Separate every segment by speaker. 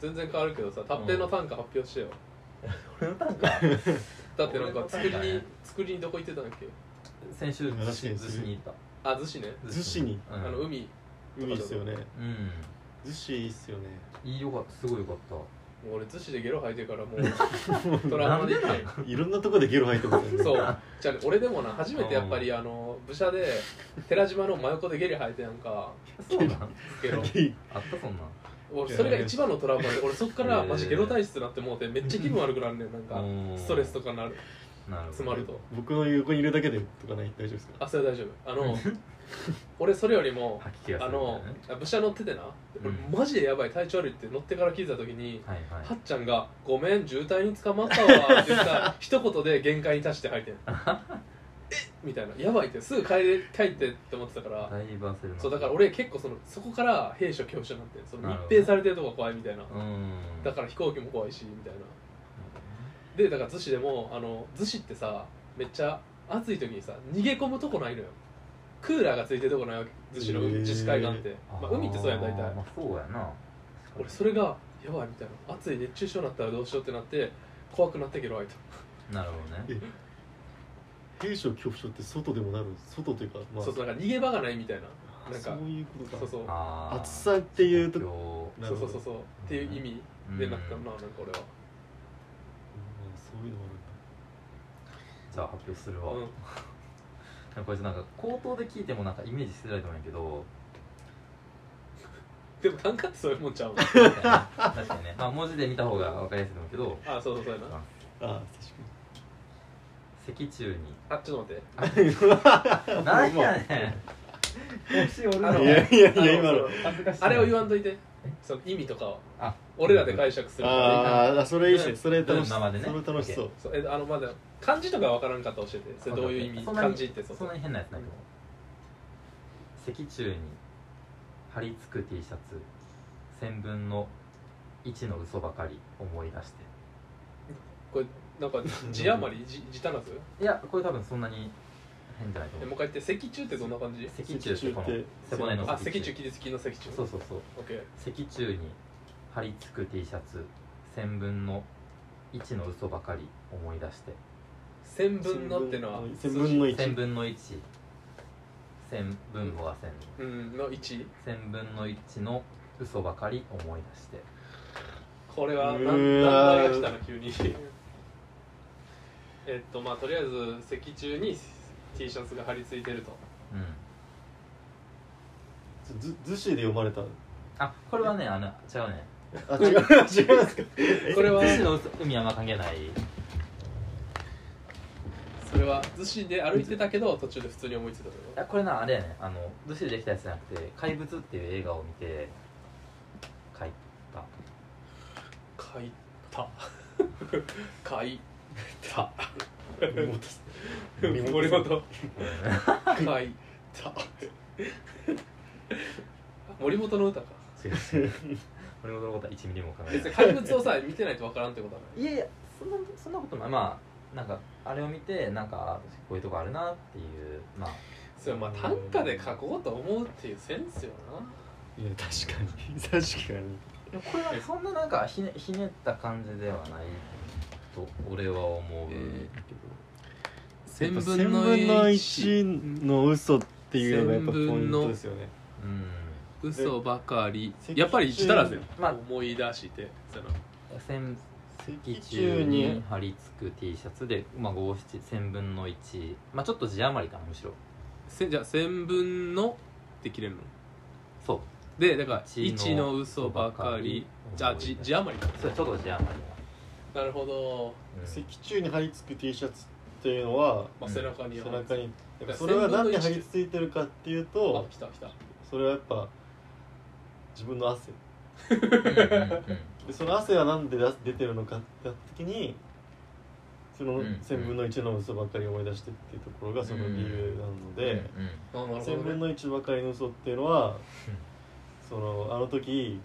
Speaker 1: 全然変わるけどさ達平の短歌発表してよ、
Speaker 2: 俺の短 歌
Speaker 1: だってなん
Speaker 2: 俺
Speaker 1: か
Speaker 2: の短
Speaker 1: 作
Speaker 2: 歌
Speaker 1: りに、
Speaker 2: ね
Speaker 1: 作りにどこ行ってたんだっけ
Speaker 2: 先週
Speaker 3: 確か
Speaker 2: 寿
Speaker 3: に
Speaker 2: 司
Speaker 3: す
Speaker 2: 寿
Speaker 3: る
Speaker 2: 司に行っ
Speaker 1: あ逗子ね、
Speaker 2: た
Speaker 3: 逗子に
Speaker 2: うん
Speaker 1: あの海
Speaker 3: 海っすよね
Speaker 2: うん
Speaker 3: 逗子いいっすよね
Speaker 2: いいよかったすごいよかった
Speaker 1: もう俺逗子でゲロ吐いてるからもう トラウマでいけない
Speaker 3: いろんなとこでゲロ吐いてますよね
Speaker 1: そうじゃあね俺でもな初めてやっぱりあの武者で寺島の真横でゲリ吐いてなんか
Speaker 2: そうなん
Speaker 1: ゲ ロ
Speaker 2: あったそんなん
Speaker 1: 俺それが一番のトラウマで俺そっからマジゲロ体質になってもうてめっちゃ気分悪くなるねんなんか
Speaker 2: うん
Speaker 1: ストレスとかなる
Speaker 2: なるほど
Speaker 1: 詰まると
Speaker 3: 僕の横にいるだけでとかない大丈夫ですか
Speaker 1: あそれは大丈夫あ の俺それよりも
Speaker 2: 吐き気がす
Speaker 1: あ
Speaker 2: るみたい
Speaker 1: の
Speaker 2: なね
Speaker 1: 武者乗っててな俺
Speaker 2: うん
Speaker 1: マジでやばい体調悪いって乗ってから聞いた時に
Speaker 2: はいはい
Speaker 1: はっちゃんが「ごめん渋滞に捕まったわ」って言 った一言で限界に達して吐いてんえっみたいなやばいってすぐ帰れ帰ってって思ってたから
Speaker 2: だいぶ焦るな
Speaker 1: そうだから俺結構そのそこから兵所恐怖症になってその
Speaker 2: なる
Speaker 1: 密
Speaker 2: ほど
Speaker 1: 閉されてるとこ怖いみたいな
Speaker 2: うん
Speaker 1: だから飛行機も怖いしみたいなでだから逗子でもあの逗子ってさめっちゃ暑い時にさ逃げ込むとこないのよクーラーがついてるとこないわけ逗子の
Speaker 3: へー
Speaker 1: 海逗子海岸って、まあ、海ってそうやん大
Speaker 2: あー
Speaker 1: 体
Speaker 2: まあそうやな
Speaker 1: 俺それがやばいみたいな暑い熱中症になったらどうしようってなって怖くなってけどあいと
Speaker 2: なるほどね
Speaker 3: え兵所恐怖症って外でもなる外というかまあ
Speaker 1: そうそうなんか逃げ場がないみたいな
Speaker 3: あ
Speaker 1: なんか
Speaker 3: そういうことか
Speaker 1: そうそう
Speaker 2: あー
Speaker 3: 暑さっていうと
Speaker 2: 東
Speaker 3: な
Speaker 1: そう
Speaker 3: るほ
Speaker 1: そう
Speaker 3: ど
Speaker 1: そうそうっていう意味
Speaker 2: 京
Speaker 1: でなった
Speaker 2: う
Speaker 1: な、なんか俺は
Speaker 3: うんそういうのも
Speaker 2: じゃあ発表するわ、
Speaker 1: うん
Speaker 2: なんかこいつなんか口頭で聞いてもなんかイメージしづらいと思うんやけ ど
Speaker 1: でも短歌ってそういうもんちゃうの
Speaker 2: 確かにね確かにねまあ文字で見た方が分かりやすいと思 うけど
Speaker 1: あそうそうそうやな
Speaker 3: あるんだあ
Speaker 2: 脊柱に
Speaker 1: あちょっと待って
Speaker 2: なんやねん腰折る
Speaker 1: あ
Speaker 2: の
Speaker 1: の
Speaker 3: 確かにいやいや
Speaker 1: あ
Speaker 3: い
Speaker 1: の
Speaker 3: や今の
Speaker 1: そう
Speaker 2: 恥ずかしい
Speaker 1: あれを言わんといてその意味とかは
Speaker 2: あ
Speaker 1: 俺らで解釈するから
Speaker 3: あーあそれいいっすねそれ楽し
Speaker 2: 生でね
Speaker 3: それ楽しそう
Speaker 1: そうえあのまだ漢字とかわからんかったら教えてそれどういう意味
Speaker 2: そんなに
Speaker 1: 漢字ってそう
Speaker 2: そんなに変なやつないと思う脊柱に張り付く T シャツ千分の1の嘘ばかり思い出して
Speaker 1: これなんか字余り字字足らず
Speaker 2: いやこれ多分そんなに変じゃないと
Speaker 1: えもう
Speaker 2: 思
Speaker 1: 一回言って脊柱ってどんな感じ
Speaker 2: う脊柱ってこの
Speaker 3: 脊
Speaker 2: 背骨の
Speaker 1: あ脊柱切り付きの脊柱
Speaker 2: そうそうそう
Speaker 1: オッケー
Speaker 2: 脊柱に張り付く T シャツ千分の1の嘘ばかり思い出して
Speaker 1: 千分のってのは
Speaker 3: 千分の一
Speaker 2: 千分の1千分母は千
Speaker 1: うんの一
Speaker 2: 千分の1の嘘ばかり思い出して
Speaker 1: これは
Speaker 3: う
Speaker 1: 何
Speaker 3: ー
Speaker 1: 何
Speaker 3: ん
Speaker 1: 台が来たの急に えっとまあとりあえず脊柱に T シャツが貼り付いてると
Speaker 2: うん
Speaker 3: ず逗子で読まれた
Speaker 2: あこれはねあの違うね
Speaker 3: あ 違う違いますか
Speaker 1: これは
Speaker 2: 寿司の海はあんま関係ない
Speaker 1: それは逗子で歩いてたけど途中で普通に思いついたってこと
Speaker 2: あこれなあれやねあのどっしりできたやつじゃなくて「怪物」っていう映画を見て書い た
Speaker 1: 書い た書いた
Speaker 3: 森本さ ん
Speaker 1: 森本書いた 森本の歌か
Speaker 2: 違う違う俺もそのことは1ミリも考え
Speaker 1: 別
Speaker 2: ない
Speaker 1: に怪物をさ見てないとわからんってことはない
Speaker 2: いやいやそんなそんなことないまあなんかあれを見てなんかこういうとこあるなっていうまあ
Speaker 1: それはまあ短歌で書こうと思うっていうセンスよない
Speaker 3: や確かに確かに
Speaker 2: でもこれはそんななんかひねひねった感じではないと俺は思う、
Speaker 1: え
Speaker 3: やっぱ
Speaker 1: 千分の一
Speaker 3: 千分の一の嘘っていうのがやっぱポイントですよね
Speaker 2: うん
Speaker 1: 嘘ばかり
Speaker 3: え
Speaker 1: やっぱり一足らずよ、
Speaker 2: まあ
Speaker 1: 思い出してその
Speaker 2: 千
Speaker 3: 脊
Speaker 2: 脊柱に貼り付く T シャツで、まあ、5 7千分の1、まあ、ちょっと字余りかなむしろ
Speaker 1: せじゃあ千分のって切れるの
Speaker 2: そう
Speaker 1: でだから
Speaker 2: 一の
Speaker 1: 一の嘘ばかりじゃあ字字余りか
Speaker 2: そうちょっと字余り
Speaker 1: なるほど、
Speaker 2: だ、
Speaker 3: 脊柱に貼り付く T シャツっていうのは
Speaker 1: まあ、
Speaker 2: うん
Speaker 1: 背中に
Speaker 3: 背
Speaker 1: は
Speaker 3: 中にやっぱそれは何で貼り付いてるかっていう
Speaker 1: あ
Speaker 3: と
Speaker 1: 来た来た
Speaker 3: それはやっぱ自分の汗
Speaker 2: うんうんうん
Speaker 3: でその汗はなんで出出てるのかって時にその
Speaker 2: うん
Speaker 3: 千分の一の嘘ばっかり思い出してっていうところがその理由なので、
Speaker 2: うんうん
Speaker 1: あなるほ
Speaker 3: 千
Speaker 1: ど
Speaker 3: 分
Speaker 1: ね
Speaker 3: の一ばかりの嘘っていうのはそのあの時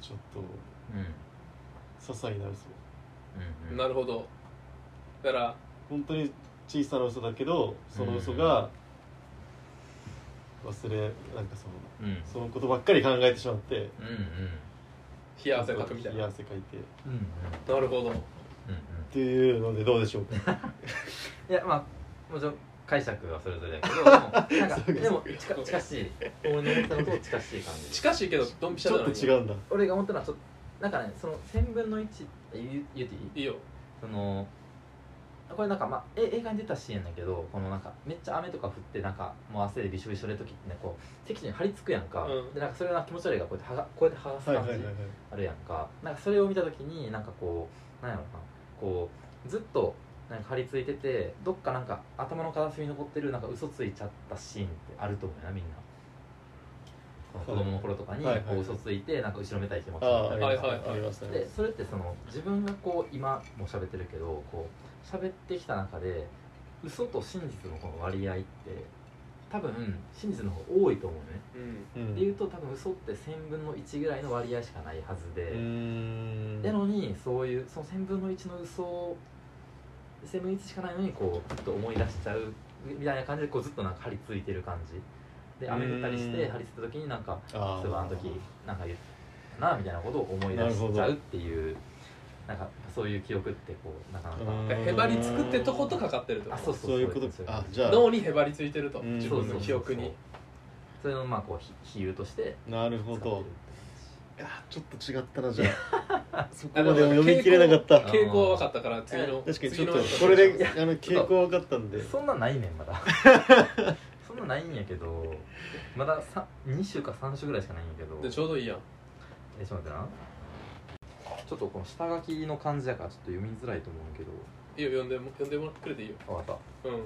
Speaker 3: ちょっと
Speaker 2: うんうんうん
Speaker 3: 些細な嘘
Speaker 2: うん
Speaker 1: なるほどだから
Speaker 3: 本当に小さな嘘だけどその嘘が忘れなんかその
Speaker 2: うんうん
Speaker 3: そのことばっかり考えてしまって
Speaker 2: うんうん
Speaker 1: 冷や汗かくみたい
Speaker 3: 冷や
Speaker 1: な
Speaker 3: 汗かいてっ
Speaker 2: うんうん
Speaker 1: なるほど
Speaker 2: うん
Speaker 3: ていうのでどうで しょうか
Speaker 2: いやまあもちろん解釈はそれぞれだけど でもなんか
Speaker 3: そうか
Speaker 2: でも近近しい俺の思ったのと近しい感じ
Speaker 1: 近しいけどドンピシ
Speaker 3: ち
Speaker 1: ャじ
Speaker 3: ょ
Speaker 1: ゃ
Speaker 3: っ
Speaker 1: な
Speaker 3: と
Speaker 1: い
Speaker 3: 違うんだ
Speaker 2: 俺が思ったのはちょっとなんかねその1000分の1言う言って
Speaker 1: い
Speaker 2: いい
Speaker 1: いよ
Speaker 2: そのこれなんかまあえ映画に出たシーンやねんけどこのなんかめっちゃ雨とか降ってなんかもう汗でびしょびしょで時ってねこう適地に張り付くやんか、
Speaker 1: うん
Speaker 2: でなんかそれが気持ち悪いからこうやってはがこうやって剥がす
Speaker 3: はい
Speaker 2: 感じ、
Speaker 3: はいはいはい
Speaker 2: あるやんかなんかそれを見た時になんかこうなんやろなこうずっとなんか張り付いててどっかなんか頭の片隅に残ってるなんか嘘ついちゃったシーンってあると思うよなみんなこの子供の頃とかに
Speaker 3: はいはいはい
Speaker 2: こう嘘ついてなんか後ろめたい気持ち
Speaker 3: あ
Speaker 2: に
Speaker 3: あ
Speaker 2: な
Speaker 1: は
Speaker 2: る
Speaker 1: い
Speaker 2: と
Speaker 1: はい
Speaker 2: か
Speaker 3: ありましたね
Speaker 2: でそれってその自分がこう今も喋ってるけどこう喋ってきた中で嘘と真実のこの割合って多分真実の方が多いと思うのね、
Speaker 1: うん
Speaker 3: う
Speaker 2: で言
Speaker 3: ん
Speaker 2: うと多分嘘って1000分の1ぐらいの割合しかないはずで、
Speaker 3: うーん
Speaker 2: なのにそういうその1000分の1の嘘を1000分の1しかないのにこうふと思い出しちゃうみたいな感じでこうずっとなんか張り付いてる感じで雨降ったりして
Speaker 3: うん
Speaker 2: 張り付いた時になんか
Speaker 3: あ
Speaker 2: そ
Speaker 3: ー
Speaker 2: ういえばあの時なんか言ったなみたいなことを思い出しちゃうっていうなんかそういう記憶ってこうなかなか
Speaker 3: うーん
Speaker 1: へばりつくってとことかかってると
Speaker 2: あそうそう
Speaker 3: そういうこと
Speaker 2: そういうこと
Speaker 3: あじゃあ
Speaker 1: 脳にへばりついてると
Speaker 3: うん
Speaker 1: 自分の記憶に
Speaker 2: それのまあこうひ比喩として
Speaker 3: なる
Speaker 2: 使
Speaker 3: ほ
Speaker 2: ってるっ
Speaker 3: ど
Speaker 2: て
Speaker 3: いやちょっと違ったなじゃ あそこ
Speaker 1: あ
Speaker 3: ま
Speaker 1: で
Speaker 3: で
Speaker 1: も
Speaker 3: は読み切れなかった
Speaker 2: あ
Speaker 1: 傾向は分かったから次の
Speaker 3: 確かにちょ
Speaker 1: 次
Speaker 3: っ
Speaker 1: の
Speaker 3: と
Speaker 1: やつ
Speaker 3: これ
Speaker 1: い
Speaker 3: で
Speaker 1: や
Speaker 3: あの傾向分かったんで
Speaker 2: そんなないねんまだ そんなないんやけどまださ2週か3週ぐらいしかないんやけど
Speaker 1: でちょうどいいやん
Speaker 2: えちょっと待ってなちょっとこの下書きの感じやからちょっと読みづらいと思うんやけど
Speaker 1: いいよ読んでも読んでもくれていいよ
Speaker 2: あわかっ
Speaker 1: うん
Speaker 2: た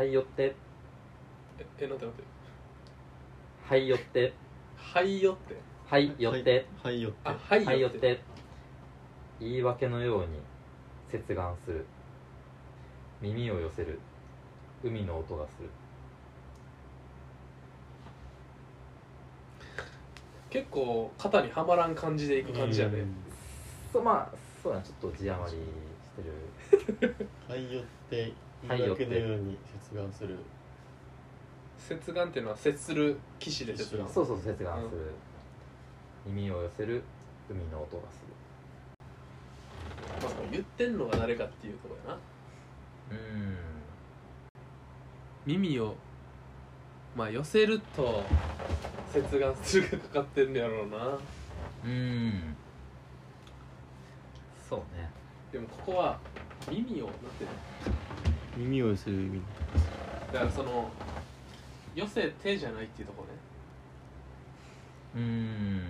Speaker 2: はい寄って
Speaker 1: ええなんてなんて
Speaker 2: はい寄って
Speaker 1: はいよって
Speaker 2: はい寄って、
Speaker 3: はいよって
Speaker 1: あはい
Speaker 2: はい寄
Speaker 1: よ
Speaker 2: っ
Speaker 1: って
Speaker 2: て言い訳のように接岸する耳を寄せる海の音がする
Speaker 1: 結構肩にはまらん感じでいく感じやね
Speaker 2: そうまあそうだなちょっと字余りしてる
Speaker 3: はいよって
Speaker 2: は
Speaker 3: 言
Speaker 2: い
Speaker 3: い
Speaker 2: よっ
Speaker 3: 訳
Speaker 2: て
Speaker 3: のように接岸する
Speaker 1: 接岸っていうのは接する騎士で接岸
Speaker 2: そうそうそう接岸する、耳を寄せる海の音がす
Speaker 1: まあ、言ってんのが誰かっていうとこやな
Speaker 2: るうん
Speaker 1: 耳をまあ寄せると接岸するがかかってんのやろうな
Speaker 2: うんそうね
Speaker 1: でもここは耳をなんていうの
Speaker 3: 耳を寄せる耳
Speaker 1: だからその寄せてじゃないっていうとこね
Speaker 2: うん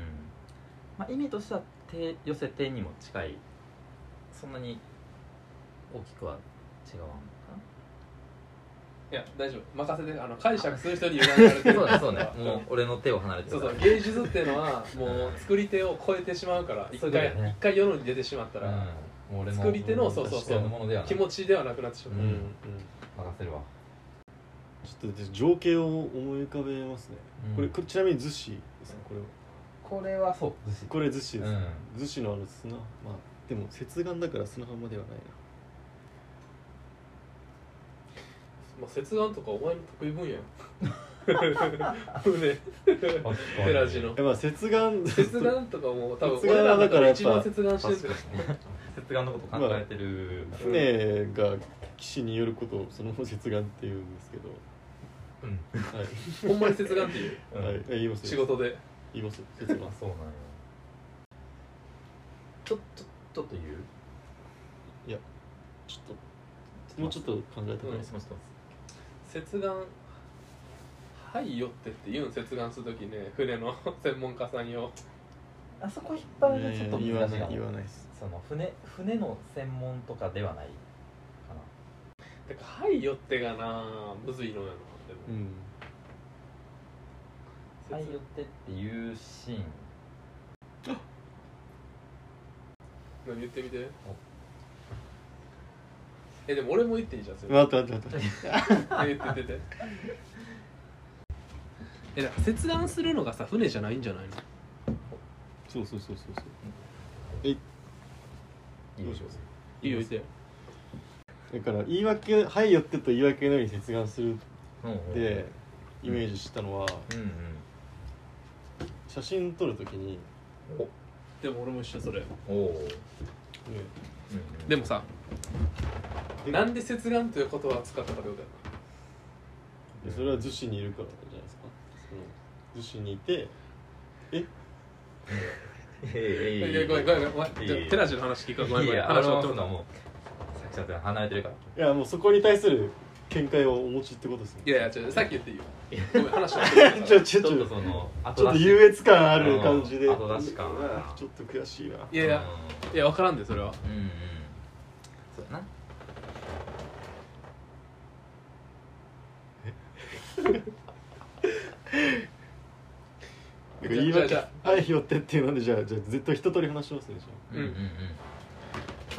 Speaker 2: まあ意味としては手寄せ手にも近いそんなに大きくは違わんのかない
Speaker 1: や大丈夫任せてあの解釈する人に委ねられてる
Speaker 2: そうねそうね
Speaker 1: ん
Speaker 2: もう俺の手を離れて
Speaker 1: そ
Speaker 2: る
Speaker 1: う
Speaker 2: か
Speaker 1: そ
Speaker 2: ら
Speaker 1: う芸術っていうのはもう作り手を超えてしまうから一
Speaker 2: そういうこ
Speaker 1: 回
Speaker 2: とだよね
Speaker 1: 一回世論に出てしまったら、
Speaker 2: うん、もう俺の
Speaker 1: 作り手のそうそうそう
Speaker 2: 俺のものではない
Speaker 1: 気持ちではなくなってしま
Speaker 3: う
Speaker 1: う、
Speaker 3: ん
Speaker 2: う
Speaker 3: うんん
Speaker 2: 任せるわ
Speaker 3: ちょっと情景を思い浮かべますね
Speaker 2: うん
Speaker 3: これこれちなみに逗子ですねこれは
Speaker 2: これはそう寿司
Speaker 3: これ逗子
Speaker 2: う
Speaker 3: で
Speaker 2: ん
Speaker 3: す逗子のあの砂まあでも接岸だから砂浜ではないな
Speaker 1: まあ、接岸とかお前の得意分野や んねペラジの
Speaker 3: えまあ接岸
Speaker 1: 接岸とかも多分
Speaker 3: 接岸
Speaker 1: 俺らの中で
Speaker 3: だ
Speaker 1: 一
Speaker 3: からや
Speaker 1: 番
Speaker 3: っ
Speaker 1: 接
Speaker 3: ぱ
Speaker 1: 岸してる
Speaker 2: 確
Speaker 1: んだ
Speaker 2: か
Speaker 1: よ
Speaker 2: にね接岸のこと考えてる、
Speaker 3: 船が岸によることをそのまま接岸っていうんですけど
Speaker 2: うん
Speaker 3: はい
Speaker 1: ほんまに接岸って いう
Speaker 2: うん
Speaker 3: はい、言います
Speaker 1: 仕事で
Speaker 3: 言います説明
Speaker 2: あそうなんやちょっとちょっと言う
Speaker 3: ちょっともうちょっと考えてもらえます
Speaker 2: します
Speaker 1: 接岸はいよってって言うん接岸するときね船の 専門家さんよ
Speaker 2: あそこ引っ張るの
Speaker 3: い
Speaker 2: ち
Speaker 3: や
Speaker 2: ょ
Speaker 3: い
Speaker 2: っと
Speaker 3: や言わ
Speaker 2: 難しいか
Speaker 3: ない言
Speaker 2: も
Speaker 3: わないです
Speaker 2: その船船の専門とかではないかな
Speaker 1: てかはいよってがなむずいのやなで
Speaker 3: う
Speaker 1: も、
Speaker 3: ん
Speaker 1: 接
Speaker 2: はい寄ってっていうシーン
Speaker 1: 何言ってみてえでも俺も言っていいじゃんそれ
Speaker 3: 待って待って待って
Speaker 1: 言って言っててえだから切断するのがさ船じゃないんじゃないの
Speaker 3: そうそうそうそうそう
Speaker 2: いい
Speaker 3: どう
Speaker 2: で
Speaker 3: し
Speaker 2: しょ
Speaker 3: ます
Speaker 1: いいよ言ってよ
Speaker 3: だから言い訳「はいよって」と言い訳のように接岸するでイメージしたのは
Speaker 2: うんうん
Speaker 3: 写真撮るときに、ね
Speaker 1: でも俺も一緒それ
Speaker 2: おおー、うんうん、
Speaker 1: でもさなんで接眼という言葉を使ったかどうか
Speaker 3: でそれは逗子にいるからじゃないですかその逗子にいて
Speaker 1: いや
Speaker 2: いやいやいや
Speaker 1: い
Speaker 2: い
Speaker 1: や
Speaker 2: や
Speaker 1: ごめんごめんごめん
Speaker 2: い
Speaker 1: じゃ
Speaker 2: やい
Speaker 1: あ
Speaker 2: や
Speaker 1: テラジの話聞くわごめん
Speaker 2: い
Speaker 1: ごめん
Speaker 2: や
Speaker 1: 話
Speaker 2: 話
Speaker 1: を取
Speaker 2: はそ
Speaker 1: る
Speaker 2: んなもうさきさんと離れてるから
Speaker 3: いやもうそこに対する見解をお持ちってことですね
Speaker 1: いやいやちょさっき言っていいよごめん話を取 る
Speaker 3: ちょちょ
Speaker 2: ち
Speaker 3: ち
Speaker 2: ょっ
Speaker 3: ょ
Speaker 2: とその
Speaker 3: ちょっと
Speaker 2: う
Speaker 3: 優越感ある感じで
Speaker 2: うん後出し感
Speaker 3: うわちょっと悔しいない
Speaker 1: やいやいや分からんでそれは
Speaker 2: うんうんそうやな
Speaker 3: なんか言い訳
Speaker 1: じゃあ
Speaker 3: はい寄ってっていうのでじゃあじゃあ絶対一通り話しますでし
Speaker 1: うん
Speaker 2: うんうん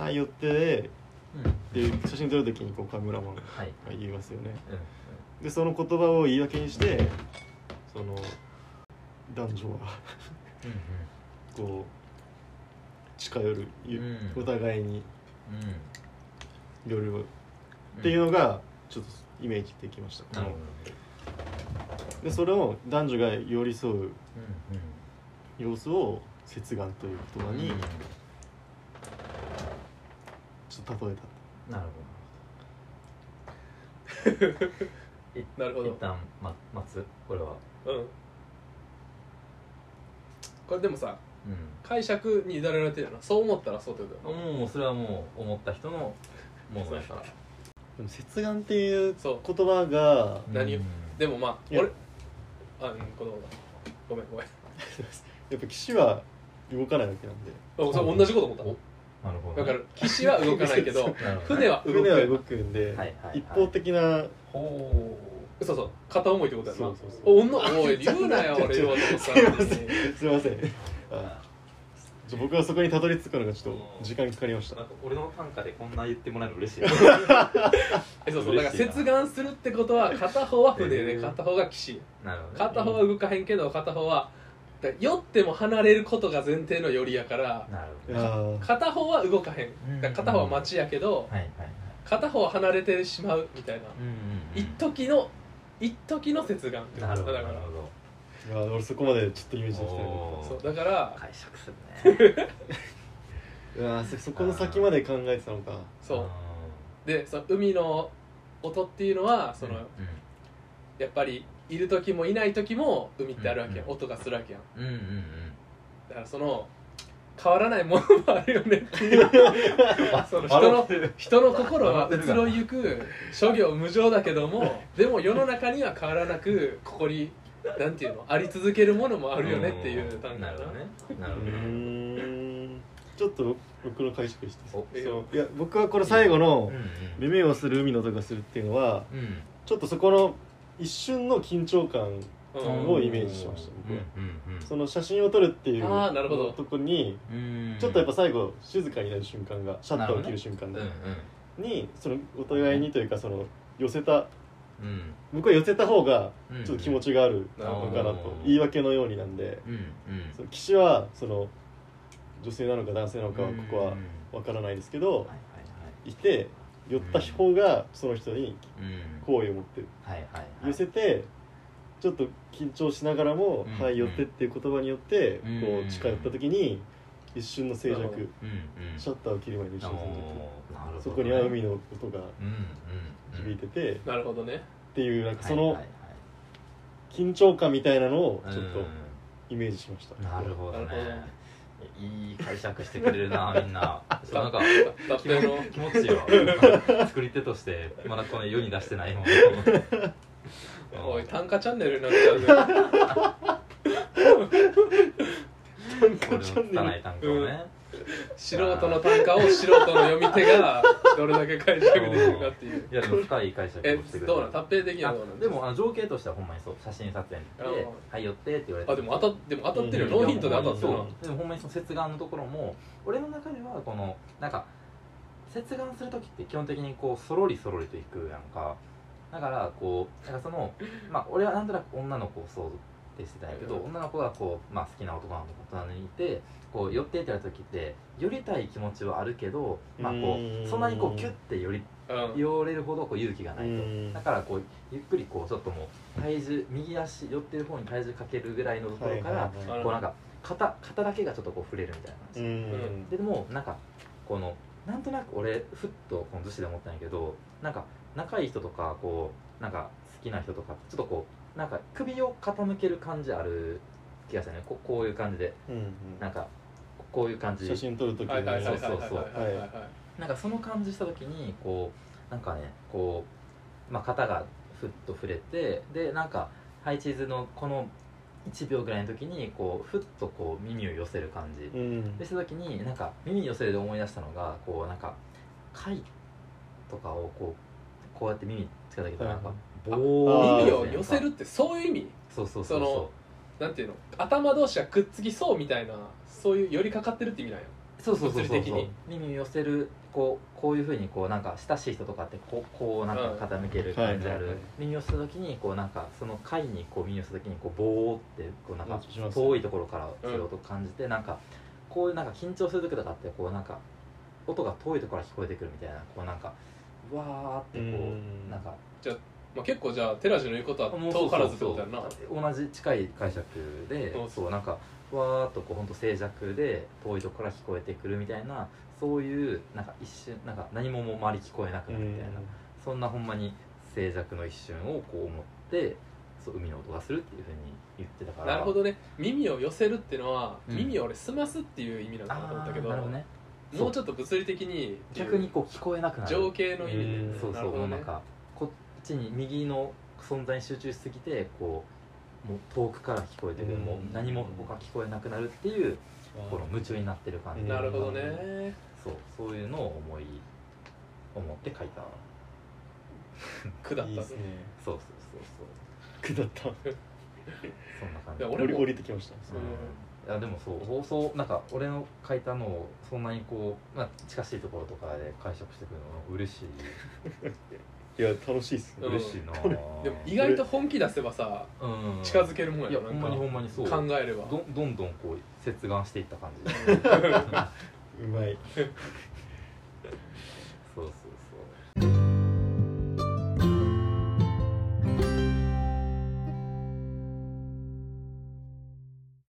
Speaker 3: ょはい寄ってで
Speaker 2: うんうん
Speaker 3: で写真撮るときにこうカメラマンが
Speaker 2: はい
Speaker 3: 言いますよね
Speaker 2: うん
Speaker 3: でその言葉を言い訳にしてその男女は
Speaker 2: う
Speaker 3: こう近寄る、ゆ
Speaker 2: うん
Speaker 3: お互い
Speaker 2: んうん
Speaker 3: に
Speaker 2: うん
Speaker 3: 寄る
Speaker 2: うん
Speaker 3: っていうのがちょっとイメージできました、
Speaker 2: なるほど
Speaker 3: でそれを男女が寄り添う
Speaker 2: うんうん
Speaker 3: 様子を接眼という言葉に
Speaker 2: うん
Speaker 3: ちょっと例え
Speaker 2: なるほ
Speaker 3: た、
Speaker 2: どい
Speaker 1: なるほど
Speaker 2: 一旦ま待つこれは
Speaker 1: うんこれでもさ
Speaker 2: う
Speaker 1: 解釈に委ねられてるよなそう思ったらそうってことだよなん
Speaker 2: もうそれはもう思った人のものやから
Speaker 3: でも接眼っていう
Speaker 1: そう
Speaker 3: 言葉が
Speaker 1: 何を
Speaker 2: うん
Speaker 1: でもまあ
Speaker 3: いや
Speaker 1: 俺あうん子供だごめんごめん
Speaker 3: やっぱ岸は動かないわけなんで
Speaker 1: あそう同じこと思った
Speaker 2: なるほど
Speaker 1: だから岸は動かないけ ど
Speaker 2: なるほどね
Speaker 1: 船は動く
Speaker 3: 船は動くんで、
Speaker 2: はいはいはい
Speaker 3: 一方的な
Speaker 2: ほ
Speaker 1: そうそう片思いってことやな
Speaker 3: そうそうそう
Speaker 1: お女おい言うなよ俺言おうと思ったのに
Speaker 3: すい すいませんあちょ僕はそこにたどり着くのがちょっと時間かかりました
Speaker 2: うなんか俺の短歌でこんな言ってもらえるの 嬉しい
Speaker 1: えそうそうだから
Speaker 2: 嬉しいな
Speaker 1: 接眼するってことは片方は船で
Speaker 2: うん
Speaker 1: 片方が岸
Speaker 2: なるほどね
Speaker 1: 片方は動かへんけど片方はだから酔っても離れることが前提の寄りやから
Speaker 2: なる
Speaker 3: い
Speaker 2: ほど
Speaker 3: や
Speaker 2: ね
Speaker 3: ー
Speaker 1: 片方は動かへ
Speaker 2: うん
Speaker 1: んだから片方は町やけど
Speaker 2: はいはいはい
Speaker 1: 片方は離れてしまうみたいな
Speaker 2: うんうんうん
Speaker 1: 一時の一時の接眼ってこ
Speaker 2: なる
Speaker 1: と
Speaker 2: ほど
Speaker 1: だ
Speaker 2: な
Speaker 1: か
Speaker 2: る
Speaker 1: ら
Speaker 2: ほど
Speaker 3: いやー俺そこまでちょっとイメージできてなかっ
Speaker 2: おー
Speaker 1: そうだから
Speaker 2: 解釈するね
Speaker 3: たいやーそそこの先まで考えてたのか
Speaker 1: そう
Speaker 2: うん
Speaker 1: でその海の音っていうのはその、
Speaker 2: う
Speaker 1: やっぱりいる時もいない時も海ってあるわけや、
Speaker 2: うん
Speaker 1: ん、音がするわけやん
Speaker 2: んうんうんうん
Speaker 1: だからその変わらないものもあるよ ねっていうその人の人の心は移ろいゆく諸行無常だけどもでも世の中には変わらなくここになんていうのあり続けるものもあるよねっていう単
Speaker 2: ん
Speaker 1: 語
Speaker 2: な
Speaker 1: だ
Speaker 2: るほどねな
Speaker 3: う
Speaker 2: るほどね
Speaker 3: ーんちょっと僕の解釈して
Speaker 2: お
Speaker 3: そういや僕はこの最後
Speaker 2: う
Speaker 3: の
Speaker 2: ん
Speaker 3: 「目目をする海の音がする」っていうのは
Speaker 2: うんうん
Speaker 3: ちょっとそこの一瞬の緊張感
Speaker 1: うん
Speaker 3: をイメージしました僕は
Speaker 2: う
Speaker 3: その写真を撮るっていう
Speaker 1: あーなるほど
Speaker 3: とこに
Speaker 2: んうんうん
Speaker 3: ちょっとやっぱ最後静かになる瞬間がシャッターを切る瞬間
Speaker 2: うん
Speaker 3: で
Speaker 2: うん
Speaker 3: にそのお互いにというかその寄せた
Speaker 2: うん
Speaker 3: 向こう寄せた方が
Speaker 2: うん
Speaker 3: ちょっと気持ちがあるのかな
Speaker 2: うん
Speaker 3: と言い訳のようになんで
Speaker 2: うんうん
Speaker 3: その岸はその女性なのか男性なのかはここ
Speaker 2: う
Speaker 3: は
Speaker 2: ん
Speaker 3: わからないですけど
Speaker 2: はいはい
Speaker 3: いて寄った方がその人に
Speaker 2: はいうん
Speaker 3: 好意を持ってる
Speaker 2: はいはいはい
Speaker 3: 寄せてちょっと緊張しながらも
Speaker 2: うん
Speaker 3: 「はい寄って」っていう言葉によって
Speaker 2: うん
Speaker 3: こう近寄った時に一瞬の静
Speaker 1: なるほ
Speaker 2: う
Speaker 3: 寂
Speaker 2: んうん
Speaker 3: シャッターを切る前の一
Speaker 2: お
Speaker 3: 瞬の静寂
Speaker 2: ーなるほどね
Speaker 3: そこには海の音が
Speaker 2: うんうんうん
Speaker 3: 響いててっ
Speaker 1: なるほどね
Speaker 3: ていうなんかそ
Speaker 2: はい
Speaker 3: の
Speaker 2: はい
Speaker 3: 緊張感みたいなのを
Speaker 2: はい
Speaker 3: ちょっと
Speaker 2: うん
Speaker 3: イメージしました
Speaker 2: なるほ
Speaker 1: な
Speaker 2: ど
Speaker 1: る
Speaker 2: ねいい解釈してくれる なみんなそうなんか
Speaker 1: だってあの
Speaker 2: 気持ちいいわ作り手としてまだこの世に出してないもん
Speaker 1: おい短歌チャンネルになっちゃうね
Speaker 2: こ
Speaker 3: なん
Speaker 2: れ
Speaker 3: か
Speaker 2: の
Speaker 3: チャン
Speaker 2: 拙
Speaker 3: ネ
Speaker 2: い単語をね、
Speaker 1: 素人の短歌を素人の読み手がどれだけ解釈できるかっていう
Speaker 2: いやでも深い解釈
Speaker 1: え
Speaker 2: をしてくれ
Speaker 1: どうなん達平的には
Speaker 2: あ
Speaker 1: どうなん
Speaker 2: でもあの情景としてはほんまにそう写真撮影に行って
Speaker 1: あ
Speaker 2: 「はい寄って」って言われて
Speaker 1: あでも当たでも当たってるよ
Speaker 3: うん
Speaker 1: ノーヒントで当たってるな
Speaker 2: そうでもほんまにその接眼のところも俺の中ではこのなんか接眼する時って基本的にこうそろりそろりといくやんかだからこうなんかそのまあ俺はなんとなく女の子を想定してたんやけど、女の子がこう、まあ、好きな男の子と隣にいてこう寄っていった時って寄りたい気持ちはあるけど、まあ、こ
Speaker 3: う
Speaker 2: うんそんなにこうキュッて寄り
Speaker 1: うん
Speaker 2: 寄れるほどこう勇気がないと
Speaker 3: うん
Speaker 2: だからこうゆっくりこうちょっともう体重右足寄ってる方に体重かけるぐらいのところから、
Speaker 3: はいはいはい
Speaker 2: こうなんか肩肩だけがちょっとこう触れるみたいな感じ
Speaker 3: う、ん
Speaker 2: ででもなんかこのなんとなく俺ふっとこの逗子で思ったんやけどなんか仲いい人とかこうなんか好きな人とかちょっとこうなんか首を傾ける感じある気がしたねここういう感じで
Speaker 3: うんうん
Speaker 2: なんかこういう感じ
Speaker 3: 写真撮るとき
Speaker 1: はいはいはいはいはい
Speaker 2: そうそうそう
Speaker 1: はいはいはい
Speaker 2: なんかその感じした時にこうなんかねこう、まあ、肩がふっと触れてでなんかハイチーズのこの1秒ぐらいの時にこうふっとこう耳を寄せる感じ
Speaker 3: うん
Speaker 2: でした時になんか耳に寄せるで思い出したのがこうなんか貝とかをこうこうやって耳につけたけど
Speaker 3: はい
Speaker 2: なんか棒
Speaker 3: あ
Speaker 1: 耳を寄せるってそういう意味
Speaker 2: そうそうそ
Speaker 1: そ
Speaker 2: うそ
Speaker 1: のなんていうの頭同士がくっつきそうみたいなそういう寄りかかってるって意味なんや
Speaker 2: うそうそうそうそ
Speaker 1: 物
Speaker 2: う
Speaker 1: 理的に
Speaker 2: 耳を寄せるこうこういうふうにこうなんか親しい人とかってこうこうなんか傾ける感じあ
Speaker 3: はいはいは
Speaker 2: る
Speaker 3: い
Speaker 2: 耳を寄せた時にこうなんかその貝にこう耳を寄せた時にこう棒ってこうなんか
Speaker 3: します
Speaker 2: 遠いところからそれを感じて、なんかこういうなんか緊張する時とかってこうなんか音が遠いところから聞こえてくるみたいなこうなんかうわーってこう、
Speaker 3: うん
Speaker 2: なんか
Speaker 1: まあ結構じゃあ寺地の言うことは遠からずってことやんな
Speaker 2: そう同じ近い解釈で、
Speaker 1: うん
Speaker 2: そうなんかうわーっとこうほんと静寂で遠いところから聞こえてくるみたいなそういうなんか一瞬なんか何ももう周り聞こえなく
Speaker 3: う
Speaker 2: なるみたいな、
Speaker 3: ん
Speaker 2: そんなほんまに静寂の一瞬をこう思ってそう海の音がするっていうふうに言ってたから
Speaker 1: なるほどね耳を寄せるってのは、
Speaker 2: うん
Speaker 1: 耳を俺澄ますっていう意味なのかなと思
Speaker 2: あ
Speaker 1: ったけ
Speaker 2: ー
Speaker 1: ど
Speaker 2: なるほどね
Speaker 1: もうちょっと物理的に
Speaker 2: 逆にこう聞こえなくなる
Speaker 1: 情景の意味で、
Speaker 3: うん
Speaker 2: そう
Speaker 1: な
Speaker 2: そ
Speaker 1: る
Speaker 2: う
Speaker 1: ほ
Speaker 2: も
Speaker 1: ど
Speaker 2: うな
Speaker 1: ね
Speaker 2: んかこっちに右の存在に集中しすぎてこうもう遠くから聞こえてくる、
Speaker 3: うん
Speaker 2: もう何も他聞こえなくなるっていうこの夢中になってる感じ
Speaker 3: うん
Speaker 1: なるほど
Speaker 3: うん
Speaker 1: ね
Speaker 2: そうそういうのを思い思って書いた
Speaker 1: 苦だっ
Speaker 3: いい
Speaker 1: た
Speaker 3: で
Speaker 1: い
Speaker 3: すね
Speaker 2: そうそうそうそ
Speaker 3: 下った
Speaker 2: うそんな感
Speaker 1: い
Speaker 2: じ
Speaker 1: や
Speaker 3: 降
Speaker 1: 俺
Speaker 3: り
Speaker 1: も
Speaker 3: 降りてきました
Speaker 1: そう
Speaker 2: うんいやでもそう放送なんか俺の書いたのをそんなにこう、まあ、近しいところとかで解釈してくるの嬉しい
Speaker 3: いや楽しいっすね
Speaker 1: うん
Speaker 2: 嬉しいな
Speaker 1: でも意外と本気出せばさ
Speaker 2: うん
Speaker 1: 近づけるもん
Speaker 2: い
Speaker 1: や
Speaker 2: や
Speaker 1: ろな
Speaker 2: ほ
Speaker 1: ん
Speaker 2: ん
Speaker 1: か
Speaker 2: まにほんまにそう
Speaker 1: 考えれば
Speaker 2: どんどんどんこう接岸していった感じ
Speaker 3: うまいう
Speaker 2: そうそう